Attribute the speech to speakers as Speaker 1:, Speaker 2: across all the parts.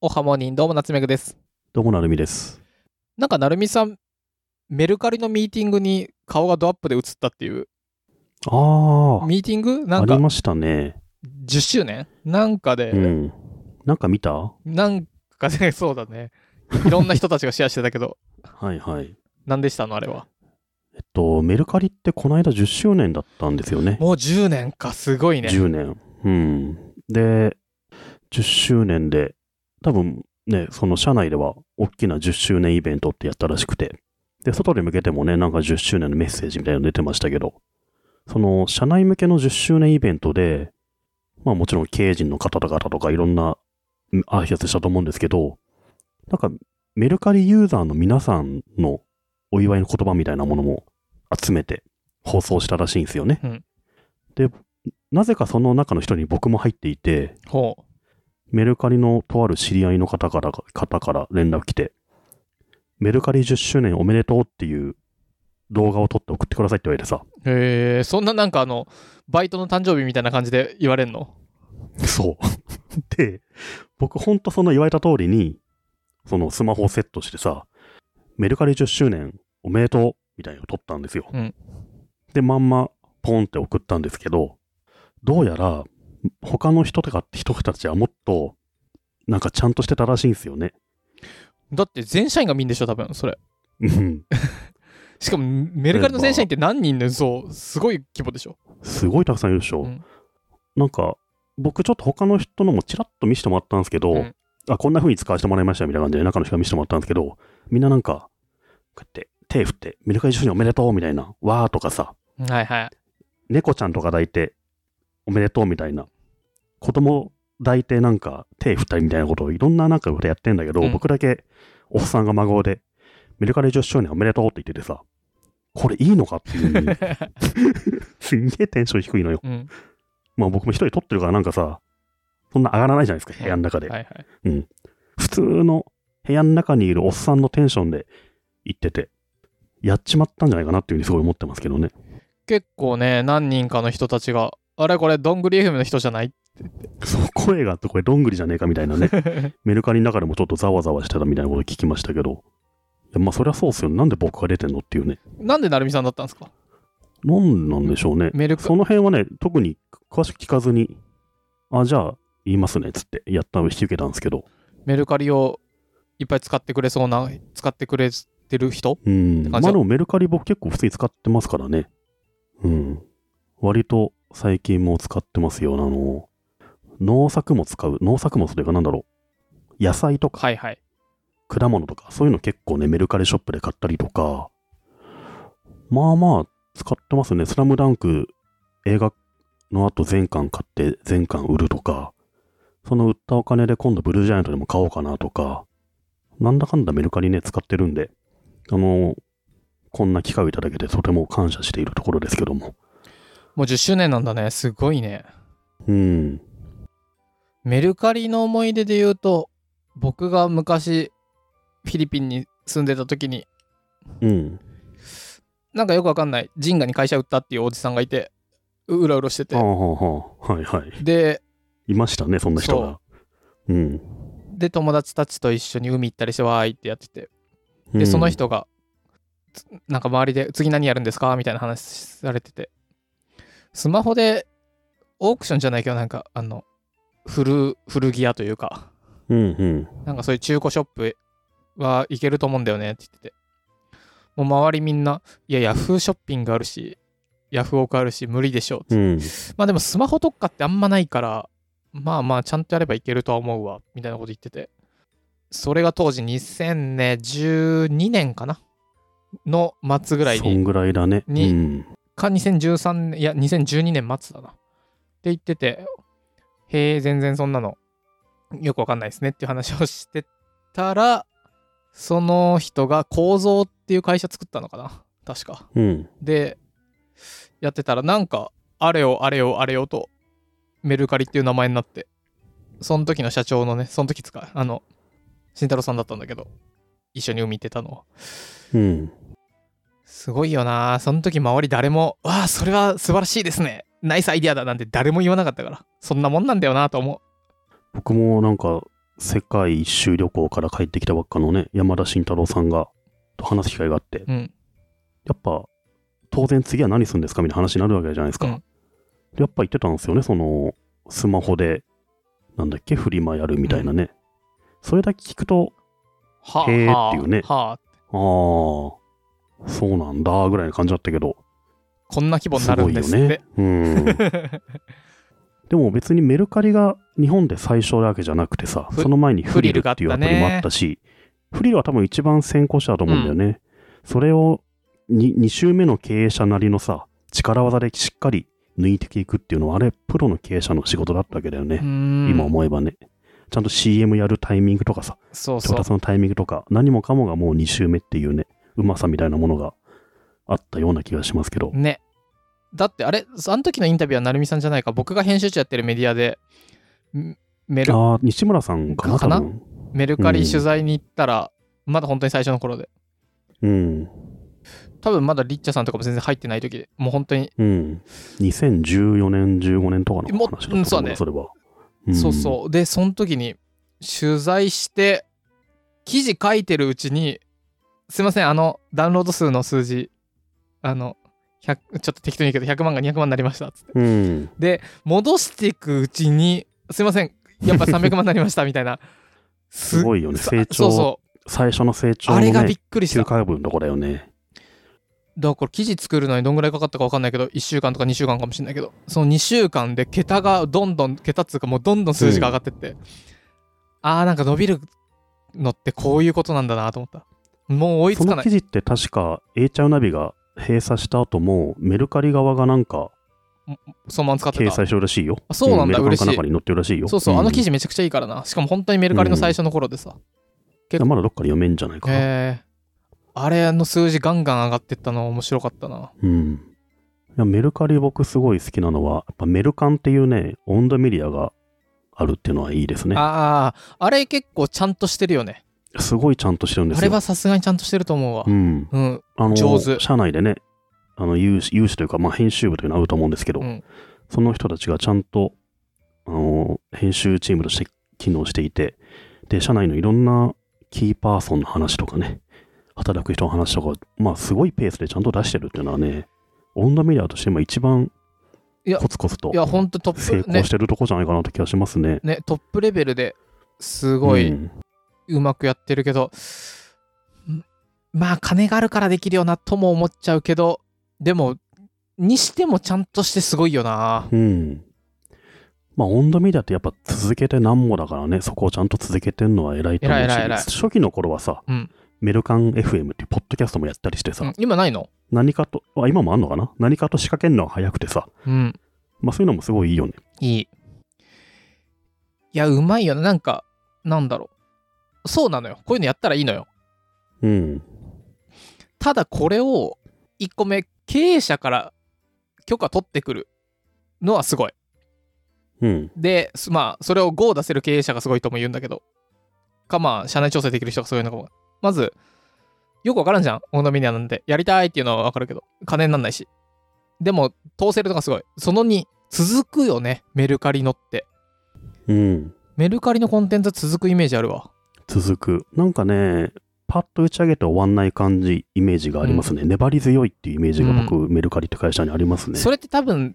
Speaker 1: おはモーニンどうも夏目ぐです。
Speaker 2: どうもなるみです。
Speaker 1: なんかなるみさん、メルカリのミーティングに顔がドアップで映ったっていう、
Speaker 2: あ
Speaker 1: ミーティング
Speaker 2: あ、
Speaker 1: な
Speaker 2: あ
Speaker 1: ん
Speaker 2: り
Speaker 1: か
Speaker 2: ましたね。
Speaker 1: 10周年なんかで、
Speaker 2: うん。なんか見たは
Speaker 1: なんかで、 そうだね。いろんな人たちがシェアしてたけど、
Speaker 2: いはい。
Speaker 1: 何でしたのあれは。
Speaker 2: えっと、メルカリってこの間10周年だったんですよね。
Speaker 1: もう10年か、すごいね。
Speaker 2: 10年。うん。で、10周年で、多分ね、その社内では大きな10周年イベントってやったらしくて、で、外に向けてもね、なんか10周年のメッセージみたいなの出てましたけど、その社内向けの10周年イベントで、まあもちろん経営陣の方々とかいろんなうん挨拶したと思うんですけど、なんかメルカリユーザーの皆さんのお祝いの言葉みたいなものも集めて放送したらしいんですよね。
Speaker 1: うん
Speaker 2: で、なぜかその中の人に僕も入っていて、
Speaker 1: ほう。
Speaker 2: メルカリのとある知り合いの方から方から連絡来て、メルカリ10周年おめでとうっていう動画を撮って送ってくださいって言われてさ、
Speaker 1: へえ、そんななんかあの、バイトの誕生日みたいな感じで言われんの
Speaker 2: そう。 で、僕ほんとその言われた通りに、そのスマホをセットしてさ、メルカリ10周年おめでとうみたいなのを撮ったんですよ。
Speaker 1: うん
Speaker 2: で、まんまポンって送ったんですけど、どうやら他の人とか人たちはもっとなんかちゃんとしてたらしいんですよね。
Speaker 1: だって全社員が見んでしょ、多分、それ。
Speaker 2: うん。
Speaker 1: しかも、メルカリの全社員って何人で、そう、すごい規模でしょ。
Speaker 2: すごいたくさんいるでしょ。
Speaker 1: うん
Speaker 2: なんか、僕ちょっと他の人のもちらっと見せてもらったんですけど、
Speaker 1: うん
Speaker 2: あ、こんな風に使わせてもらいましたみたいな感じで中の人が見せてもらったんですけど、みんななんか、こうやって手振って、メルカリ受賞におめでとうみたいな、わーとかさ、
Speaker 1: はいはい。
Speaker 2: 猫ちゃんとか抱いて、おめでとうみたいな、子供抱いてなんか手振ったりみたいなことをいろんななんかことやってんだけど、
Speaker 1: うん
Speaker 2: 僕だけおっさんが孫で、メルカリ受賞におめでとうって言っててさ、これいいのかっていうすんげえテンション低いのよ。
Speaker 1: うん。
Speaker 2: まあ僕も一人撮ってるからなんかさ、そんな上がらないじゃないですか、部屋の中で。
Speaker 1: はいはい。
Speaker 2: 普通の部屋の中にいるおっさんのテンションで行ってて、やっちまったんじゃないかなっていうふうにすごい思ってますけどね。
Speaker 1: 結構ね何人かの人たちが「あれこれどんぐり FM の人じゃ ない?
Speaker 2: そう、声があってこれどんぐりじゃねえかみたいなね、 メルカリの中でもちょっとざわざわしてたみたいなこと聞きましたけど、いやまあそりゃそうっすよね。なんで僕が出てんのっていうね。」
Speaker 1: なんで成美さんだったんですか
Speaker 2: なんなんでしょうね。
Speaker 1: メルカ
Speaker 2: その辺はね、特に詳しく聞かずに、あ、じゃあ言いますねっつって、やったのを引き受けたんですけど、
Speaker 1: メルカリをいっぱい使ってくれそうな使ってくれてる人
Speaker 2: うん。
Speaker 1: て
Speaker 2: ま
Speaker 1: 感じ
Speaker 2: あでもメルカリ僕結構普通に使ってますからね。うん。割と最近も使ってますよ。あの、農作物買う。農作物というかなんだろう。野菜とか
Speaker 1: はいはい
Speaker 2: 果物とか、そういうの結構ね、メルカリショップで買ったりとか、まあまあ使ってますね。スラムダンク映画の後全巻買って全巻売るとか、その売ったお金で今度ブルージャイアントでも買おうかなとか、なんだかんだメルカリね、使ってるんで、あの、こんな機会をいただけてとても感謝しているところですけども。
Speaker 1: もう10周年なんだねすごいね
Speaker 2: うん。
Speaker 1: メルカリの思い出で言うと僕が昔フィリピンに住んでた時に
Speaker 2: うん。
Speaker 1: なんかよくわかんないジンガに会社売ったっていうおじさんがいてううらうろしてて
Speaker 2: ああ、はあ、はいはい。
Speaker 1: で
Speaker 2: いましたね、そんな人が。うん。
Speaker 1: で友達たちと一緒に海行ったりしてわーいってやってて
Speaker 2: う
Speaker 1: で
Speaker 2: ん
Speaker 1: その。人がつなんか周りで次何やるんですかみたいな話されててスマホでオークションじゃないけどなんかあの古古着屋というか
Speaker 2: うんうん。
Speaker 1: なんかそういう中古ショップは行けると思うんだよねって言っててもう周りみんないやヤフーショッピングあるしヤフオクあるし無理でしょうって
Speaker 2: うん。
Speaker 1: まあでもスマホ特化ってあんまないからまあまあちゃんとやればいけるとは思うわみたいなこと言っててそれが当時2012年かなの末ぐらい
Speaker 2: そん
Speaker 1: に
Speaker 2: ぐらいだね。
Speaker 1: に
Speaker 2: うん
Speaker 1: か2013年いや2012年末だなって言っててへえ全然そんなのよくわかんないですねっていう話をしてたらその人が構造っていう会社作ったのかな確か
Speaker 2: うん。
Speaker 1: でやってたらなんかあれよあれよあれよとメルカリっていう名前になってその時の社長のねその時使うあの慎太郎さんだったんだけど一緒に海行ってたのは
Speaker 2: うん。
Speaker 1: すごいよなその時周り誰も「わあそれは素晴らしいですねナイスアイディアだ」なんて誰も言わなかったからそんなもんなんだよなと思
Speaker 2: 僕もなんか、世界一周旅行から帰ってきたばっかのね、山田慎太郎さんが、と話す機会があって、
Speaker 1: うん。
Speaker 2: やっぱ、当然次は何するんですかみたいな話になるわけじゃないですか。
Speaker 1: うん
Speaker 2: でやっぱ言ってたんですよね、その、スマホで、なんだっけ、フリマやるみたいなね。それだけ聞くと、
Speaker 1: はあ、
Speaker 2: へー
Speaker 1: はあ
Speaker 2: っていうね
Speaker 1: はあ、
Speaker 2: ああ、そうなんだ、ぐらいな感じだったけど、
Speaker 1: こんな規模に
Speaker 2: す
Speaker 1: なる
Speaker 2: ご
Speaker 1: ん
Speaker 2: い
Speaker 1: で
Speaker 2: よ
Speaker 1: すって
Speaker 2: ね。。うん。 でも別にメルカリが日本で最初なわけじゃなくてさ、
Speaker 1: フ
Speaker 2: その前にフリルっていう
Speaker 1: フリルが
Speaker 2: アプ
Speaker 1: あったね
Speaker 2: リもあったし、フリルは多分一番先行者だと思うんだよね。それを 2, 2週目の経営者なりのさ、力技でしっかり抜いていくっていうのは、あれ、プロの経営者の仕事だったわけだよ
Speaker 1: う
Speaker 2: ね。
Speaker 1: ん
Speaker 2: 今思えばね。ちゃんと CM やるタイミングとかさ、
Speaker 1: そうそ
Speaker 2: 調
Speaker 1: う。
Speaker 2: 達のタイミングとか、何もかもがもう2週目っていうね、うまさみたいなものがあったような気がしますけど。
Speaker 1: ね。だってあれ、あの時のインタビューは成美さんじゃないか、僕が編集長やってるメディアで、んメル
Speaker 2: ああ、西村さんかな、
Speaker 1: か
Speaker 2: 多
Speaker 1: な
Speaker 2: 分。
Speaker 1: メルカリ取材に行ったら、まだ本当に最初の頃で、
Speaker 2: うん。
Speaker 1: 多分まだリッチャさんとかも全然入ってない時で、もう本当に、
Speaker 2: うん。2014年、15年とかの
Speaker 1: も
Speaker 2: 話だった
Speaker 1: うん
Speaker 2: の
Speaker 1: そ
Speaker 2: か
Speaker 1: うだ
Speaker 2: な、
Speaker 1: ね
Speaker 2: それは。
Speaker 1: そうそう。で、その時に取材して、記事書いてるうちに、すいません、あの、ダウンロード数の数字、あの、100ちょっと適当に言うけど、100万が200万になりましたっつって。
Speaker 2: うん。うん。
Speaker 1: で、戻していくうちに、すいません、やっぱ300万になりましたみたい な。
Speaker 2: すごいよね。
Speaker 1: さ
Speaker 2: 成長
Speaker 1: そうそ
Speaker 2: 最初の成
Speaker 1: う。
Speaker 2: 長
Speaker 1: あ
Speaker 2: の
Speaker 1: れがび
Speaker 2: ね
Speaker 1: っ、くりし
Speaker 2: 急
Speaker 1: た。
Speaker 2: カーブのとこだよね。
Speaker 1: だから記事作るのにどんぐらいかかったか分かんないけど1週間とか2週間かもしれないけどその2週間で桁がどんどん桁っつうかもうどんどん数字が上がってって、あーなんか伸びるのってこういうことなんだなと思ったもう追いつ
Speaker 2: そ
Speaker 1: か
Speaker 2: の
Speaker 1: ない
Speaker 2: 記事って確か、A チャウナビが閉鎖した後も、メルカリ側がなんか
Speaker 1: そのまま使って
Speaker 2: 掲
Speaker 1: た
Speaker 2: 載してるらしいよ。
Speaker 1: あそうなんだ
Speaker 2: メルカリ
Speaker 1: 嬉しい
Speaker 2: かなんかに載ってるらしいよ。
Speaker 1: そうそう、あの記
Speaker 2: 事。
Speaker 1: 事めちゃくちゃいいからなしかも本当にメルカリの最初の頃でさ、結構
Speaker 2: まだどっかで読めんじゃないかな。
Speaker 1: えーあれの数字ガンガン上がってったの面白かったな
Speaker 2: うん。いやメルカリ僕すごい好きなのは、やっぱメルカンっていうね、オンドメディアがあるっていうのはいいですね。
Speaker 1: あああれ結構ちゃんとしてるよね
Speaker 2: すごいちゃんとしてるんです
Speaker 1: あ
Speaker 2: よ。
Speaker 1: れはさすがにちゃんとしてると思うわ
Speaker 2: うん。
Speaker 1: うん
Speaker 2: あの
Speaker 1: 上手
Speaker 2: 社内でね、あの有志有志というか、まあ、編集部というのはあると思うんですけど、
Speaker 1: うん
Speaker 2: その人たちがちゃんとあの編集チームとして機能していて、で、社内のいろんなキーパーソンの話とかね、働く人の話とかを、まあ、すごいペースでちゃんと出してるっていうのはね、オンドメディアとしても一番
Speaker 1: いや
Speaker 2: コツコツと
Speaker 1: いやほんとト
Speaker 2: 成
Speaker 1: ップね
Speaker 2: 功してるとこじゃないかなと気がしますね。
Speaker 1: ね、トップレベルですご
Speaker 2: う
Speaker 1: い
Speaker 2: ん
Speaker 1: うまくやってるけど、んまあ金があるからできるよなとも思っちゃうけどでもにしてもちゃんとしてすごいよな
Speaker 2: うん。まあ、オンドメディアってやっぱ続けてなんもだからね、そこをちゃんと続けてんのは偉いと思う
Speaker 1: 偉
Speaker 2: し、
Speaker 1: い偉い偉い
Speaker 2: 初期の頃はさ、
Speaker 1: うん
Speaker 2: メルカン FM っていうポッドキャストもやったりしてさ、
Speaker 1: うん今ないの
Speaker 2: 何かと、あ、今もあんのかな何かと仕掛けるのが早くてさ、
Speaker 1: うん
Speaker 2: まあそういうのもすごいいいよね。
Speaker 1: いいいやうまいよななんかなんだろうそうなのよこういうのやったらいいのよ
Speaker 2: うん。
Speaker 1: ただこれを1個目経営者から許可取ってくるのはすごい
Speaker 2: うん。
Speaker 1: で、すまあ、それを5を出せる経営者がすごいとも言うんだけど、かまあ、社内調整できる人がすごいのかも。まず、よくわからんじゃん、オンドミニアなんて。やりたいっていうのはわかるけど、金になんないし。でも、通せるのがすごい。その2、続くよね、メルカリのって。
Speaker 2: うん。
Speaker 1: メルカリのコンテンツは続くイメージあるわ。
Speaker 2: 続く。なんかね、パッと打ち上げて終わんない感じ、イメージがありますね。粘り強いっていうイメージが僕、メルカリって会社にありますね。
Speaker 1: それって多分、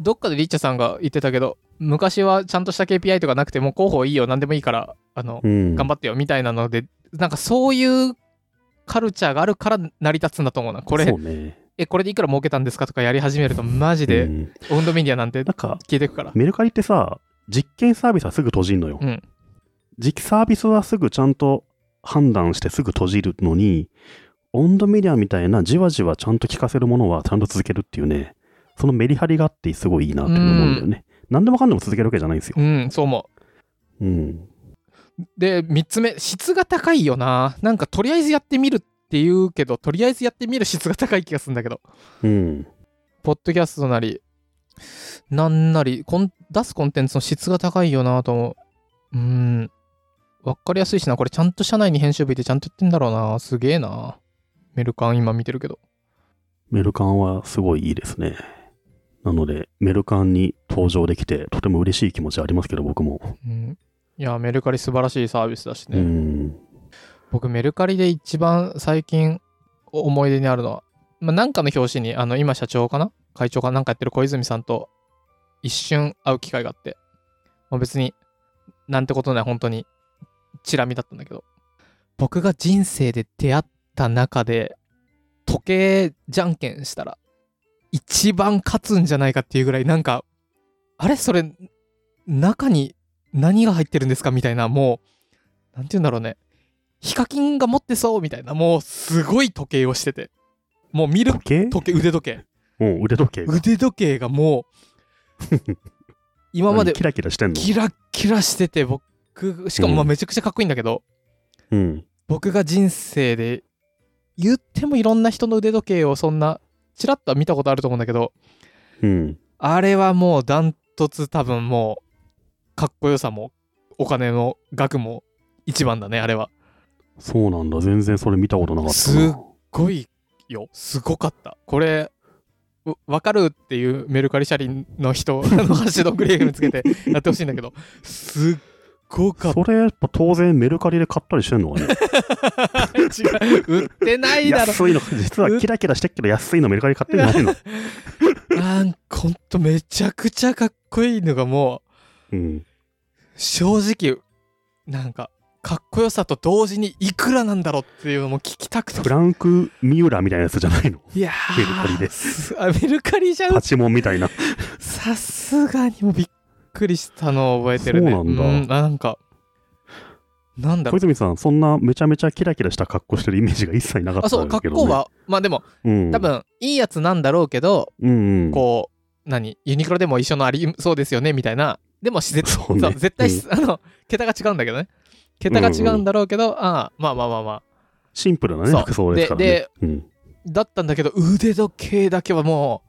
Speaker 1: どっかでリッチャさんが言ってたけど、昔はちゃんとした KPI とかなくて、もう候補いいよ、なんでもいいから、あの、
Speaker 2: うん。
Speaker 1: 頑張ってよ、みたいなので、なんかそういうカルチャーがあるから成り立つんだと思うな。これ
Speaker 2: そうね。
Speaker 1: え、これでいくら儲けたんですかとかやり始めると、マジ
Speaker 2: う
Speaker 1: で、
Speaker 2: ん
Speaker 1: オンドメディアなんて
Speaker 2: なんか、
Speaker 1: 消えてくから。
Speaker 2: メルカリってさ、実験サービスはすぐ閉じるのよ。
Speaker 1: うん
Speaker 2: 実サービスはすぐちゃんと判断してすぐ閉じるのに、オンドメディアみたいなじわじわちゃんと聞かせるものはちゃんと続けるっていうね、そのメリハリがあってすごいいいなっていうのを思うんだよね。何でもかんでも続けるわけじゃないんですよ。
Speaker 1: うん、そう思
Speaker 2: うん。
Speaker 1: う。で、3つ目、質が高いよな。なんか、とりあえずやってみるって言うけど、とりあえずやってみる質が高い気がするんだけど、
Speaker 2: うん。
Speaker 1: ポッドキャストなり、なんなり、こん出すコンテンツの質が高いよなと思う。うん。わかりやすいしな、これちゃんと社内に編集部いてちゃんとやってんだろうな。すげえな。メルカン今見てるけど。
Speaker 2: メルカンはすごいいいですね。なので、メルカンに登場できて、とても嬉しい気持ちありますけど、僕も。
Speaker 1: うん、いや、メルカリ素晴らしいサービスだし
Speaker 2: う
Speaker 1: ね。
Speaker 2: ん。
Speaker 1: 僕、メルカリで一番最近思い出にあるのは、まあ、なんかの表紙に、あの、今社長かな会長かなんかやってる小泉さんと一瞬会う機会があって、まあ、別になんてことない、本当に、チラ見だったんだけど、僕が人生で出会った中で、時計じゃんけんしたら、一番勝つんじゃないかっていうぐらい、なんか、あれそれ、中に何が入ってるんですかみたいな、もう、なんて言うんだろうね。ヒカキンが持ってそうみたいな、もうすごい時計をしてて。もう見る
Speaker 2: 時計
Speaker 1: 時計、腕時計。
Speaker 2: うん、腕時計が。
Speaker 1: 腕時計がも う、今まで
Speaker 2: キラキラしてんの
Speaker 1: キラッキラしてて、僕、しかもまあ
Speaker 2: うん
Speaker 1: めちゃくちゃかっこいいんだけど、
Speaker 2: うん。
Speaker 1: 僕が人生で、言ってもいろんな人の腕時計をそんな、ちらっとは見たことあると思うんだけど、
Speaker 2: うん。
Speaker 1: あれはもうダントツ多分もう、かっこよさも、お金の額も一番だね、あれは。
Speaker 2: そうなんだ。全然それ見たことなかったな。
Speaker 1: すすごいよすごかったこれうわかるっていうメルカリ車輪の人あのハッシュドグレームつけて やってほしいんだけどすっごかった
Speaker 2: それやっぱ当然メルカリで買ったりしてんのかね
Speaker 1: 違う売って ないだろ
Speaker 2: 安いの実はキラキラしてっけど安いのメルカリで買ってんじゃない の、
Speaker 1: なんほんとめちゃくちゃかっこいいのがも
Speaker 2: うん、
Speaker 1: う正直なんかかっこよさと同時にいくらなんだろうっていうのも聞きたくて
Speaker 2: フランク・ミューラーみたいなやつじゃないの
Speaker 1: いやー
Speaker 2: メルカリです
Speaker 1: あメルカリじゃん
Speaker 2: パチモンみたいな
Speaker 1: さすがにもうびっくりしたのを覚えてるね。
Speaker 2: そうなん
Speaker 1: だ。なんか、なんだろ
Speaker 2: 小
Speaker 1: う。
Speaker 2: 泉さんそんなめちゃめちゃキラキラした格好してるイメージが一切なかった
Speaker 1: あ、
Speaker 2: んだけど、
Speaker 1: そう、格好
Speaker 2: ね、
Speaker 1: は、まあでも、
Speaker 2: うん
Speaker 1: 多分、いいやつなんだろうけど、
Speaker 2: うんうん
Speaker 1: こう、何、ユニクロでも一緒のありそうですよね、みたいな。でも、絶
Speaker 2: そうね
Speaker 1: そう絶対、あの、桁が違うんだけどね。桁が違うんだろうけど、ああ、まあまあまあまあ。
Speaker 2: シンプルなね
Speaker 1: そう
Speaker 2: 服装ですからね
Speaker 1: で
Speaker 2: うん、
Speaker 1: だったんだけど、腕時計だけはも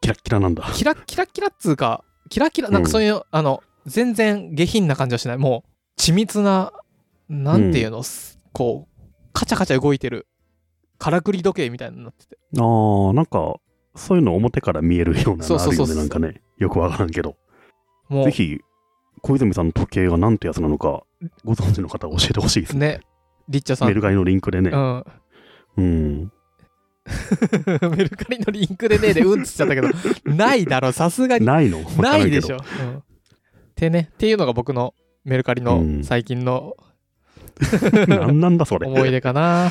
Speaker 2: キラッキラなんだ
Speaker 1: う、キラッキラキラっつうか、キラキラ、なんかそういう、あの、全然下品な感じはしない。もう、緻密な、なんていうの、すこう、カチャカチャ動いてる、からくり時計みたいになってて。
Speaker 2: あーなんかそういうの表から見えるような
Speaker 1: そう
Speaker 2: のあ
Speaker 1: そう
Speaker 2: る
Speaker 1: そう
Speaker 2: よねなんかねよくわからんけど
Speaker 1: も
Speaker 2: ぜひ小泉さんの時計が何てやつなのかご存知の方は教えてほしいです
Speaker 1: う、
Speaker 2: ね
Speaker 1: ね、リッチャさん。
Speaker 2: メルカリのリンクでね、
Speaker 1: うん、
Speaker 2: うん、
Speaker 1: メルカリのリンクでねえでうんっつっちゃったけどないだろさすがに
Speaker 2: ないの
Speaker 1: ないでし。
Speaker 2: わ
Speaker 1: ょ、うん、ってねっていうのが僕のメルカリ
Speaker 2: う
Speaker 1: の
Speaker 2: ん
Speaker 1: 最近の
Speaker 2: から んけどなんなんだそ
Speaker 1: 思い
Speaker 2: れ。
Speaker 1: 出かな、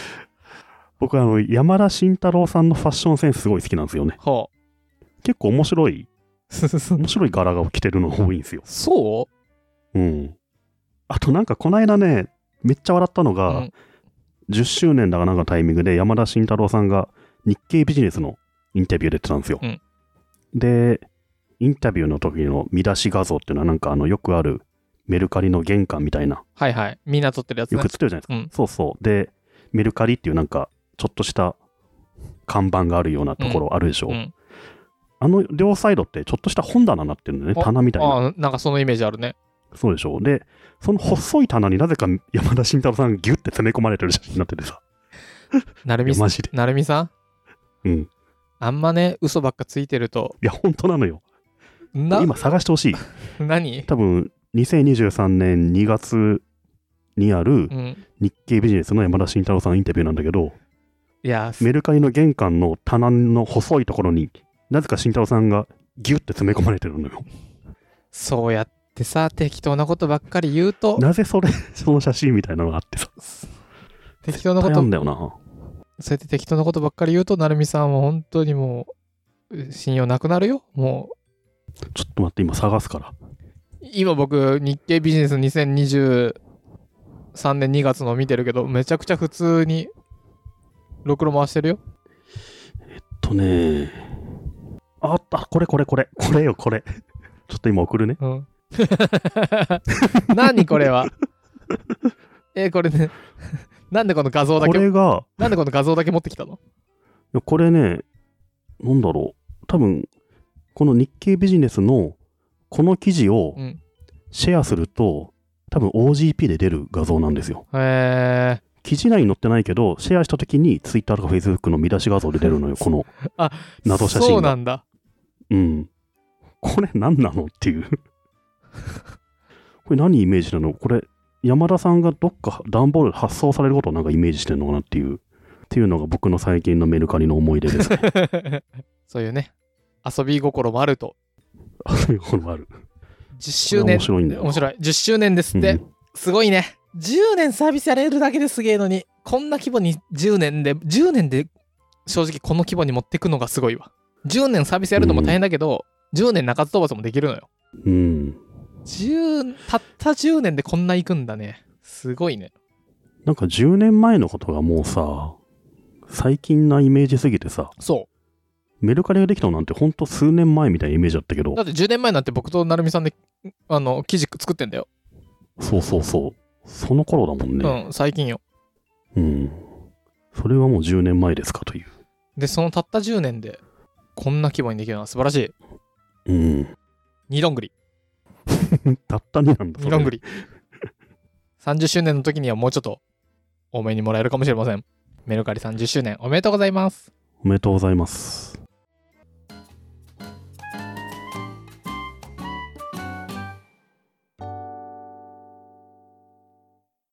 Speaker 2: 僕あの、山田慎太郎さんのファッションセンスすごい好きなんですよね。
Speaker 1: ほ
Speaker 2: 結構面白い、
Speaker 1: う
Speaker 2: 面白い柄が着てるの多いんですよ。
Speaker 1: そ
Speaker 2: うん。あとなんかこの間ね、めっちゃ笑ったの
Speaker 1: う、う
Speaker 2: が、
Speaker 1: ん、
Speaker 2: 10周年だかなんかのタイミングで山田慎太郎さんが日経ビジネスのインタビュー出てたんですよ。
Speaker 1: うん
Speaker 2: で、インタビューの時の見出し画像っていうのはなんかあの、よくあるメルカリの玄関みたいな、
Speaker 1: はいはいみんな撮ってるやつ
Speaker 2: よ
Speaker 1: ね
Speaker 2: く映ってるじゃないですか
Speaker 1: うん
Speaker 2: そうそう。で、メルカリっていうなんか、ちょっとした看板があるようなところあるでしょ。
Speaker 1: うん
Speaker 2: あの両サイドってちょっとした本棚になってるんだよ
Speaker 1: お
Speaker 2: ね。棚みたいな。
Speaker 1: ああなんかそのイメージあるね
Speaker 2: そうでしょ。で、その細い棚になぜか山田慎太郎さんがギュッて詰め込まれてる写真になっててさ。
Speaker 1: なる
Speaker 2: い
Speaker 1: み
Speaker 2: や、
Speaker 1: さん
Speaker 2: マジで。
Speaker 1: なるみさん
Speaker 2: うん。い
Speaker 1: あんまね嘘ばっかついてると
Speaker 2: や、本当なのよ。
Speaker 1: な
Speaker 2: 今探してほしい。
Speaker 1: 何
Speaker 2: 多分、2023年2月にある
Speaker 1: うん
Speaker 2: 日経ビジネスの山田慎太郎さんのインタビューなんだけど、
Speaker 1: いやす
Speaker 2: メルカリの玄関の棚の細いところになぜか慎太郎さんがギュッて詰め込まれてるのよ。
Speaker 1: そうやってさ適当なことばっかり言うと
Speaker 2: なぜそれ、 その写真みたいなのがあってさ。
Speaker 1: 適当なこ
Speaker 2: 悩
Speaker 1: と
Speaker 2: んだよな。
Speaker 1: そうやって適当なことばっかり言うと、成美さんは本当にもう、信用なくなるよ。も
Speaker 2: ちょっと待って、今探すから。
Speaker 1: う、今僕、日経ビジネス2023年2月の見てるけど、めちゃくちゃ普通に、ろくろ回してるよ。
Speaker 2: とねあった、これこれこれ。これよ、これ。 ちょっと今送るね。
Speaker 1: うん。何これは。え、これね、なんでこの画像だ
Speaker 2: こ
Speaker 1: け、
Speaker 2: れが、
Speaker 1: なんでこの画像だけ持ってきたの
Speaker 2: いやこれね、なんだろう。多分、この日経ビジネスのこの記事を
Speaker 1: うん。
Speaker 2: シェアすると、多分 OGP で出る画像なんですよ。
Speaker 1: え
Speaker 2: 記事内に載ってないけど、シェアした時に Twitter とか Facebook の見出し画像で出るのよ、この
Speaker 1: あ
Speaker 2: 謎写真が。
Speaker 1: そうなんだ。
Speaker 2: うん。これ何なのっていう。これ何イメージなのこれ、山田さんがどっか段ボール発送されることをなんかイメージしてるのかなっていう、っていうのが僕の最近のメルカリの思い出 です。
Speaker 1: そういうね、遊び心もあると、
Speaker 2: あそういうこともある。
Speaker 1: 10周年
Speaker 2: 面、白いんだよな。
Speaker 1: 面白い、10周年ですって、
Speaker 2: うん
Speaker 1: すごいね。10年サービスやれるだけですげえのに、こんな規模に10年で、10年で正直この規模に持ってくのがすごいわ。10年サービスやるのも大変だけど、10年中津飛ばずもできるのよ。
Speaker 2: うん。
Speaker 1: 10たった10年でこんな行くんだね。すごいね。
Speaker 2: なんか10年前のことがもうさ、最近なイメージすぎてさ、
Speaker 1: そ
Speaker 2: メルカリができたのなんてほんと数年前みたいなイメージだったけど
Speaker 1: う。だ、って10年前なんて僕と成美さんで、あの、記事作ってんだよ。
Speaker 2: そうそうそう。その頃だもんね。
Speaker 1: うん、最近よ。
Speaker 2: うん。それはもう10年前ですかという。
Speaker 1: で、そのたった10年で、こんな規模にできるのは素晴らしい。
Speaker 2: うん。
Speaker 1: 二どんぐり。
Speaker 2: たったになんだ。
Speaker 1: 二
Speaker 2: それ
Speaker 1: どんぐり。30周年の時にはもうちょっと多めにもらえるかもしれません。メルカリ30周年おめでとうございます。
Speaker 2: おめでとうございます。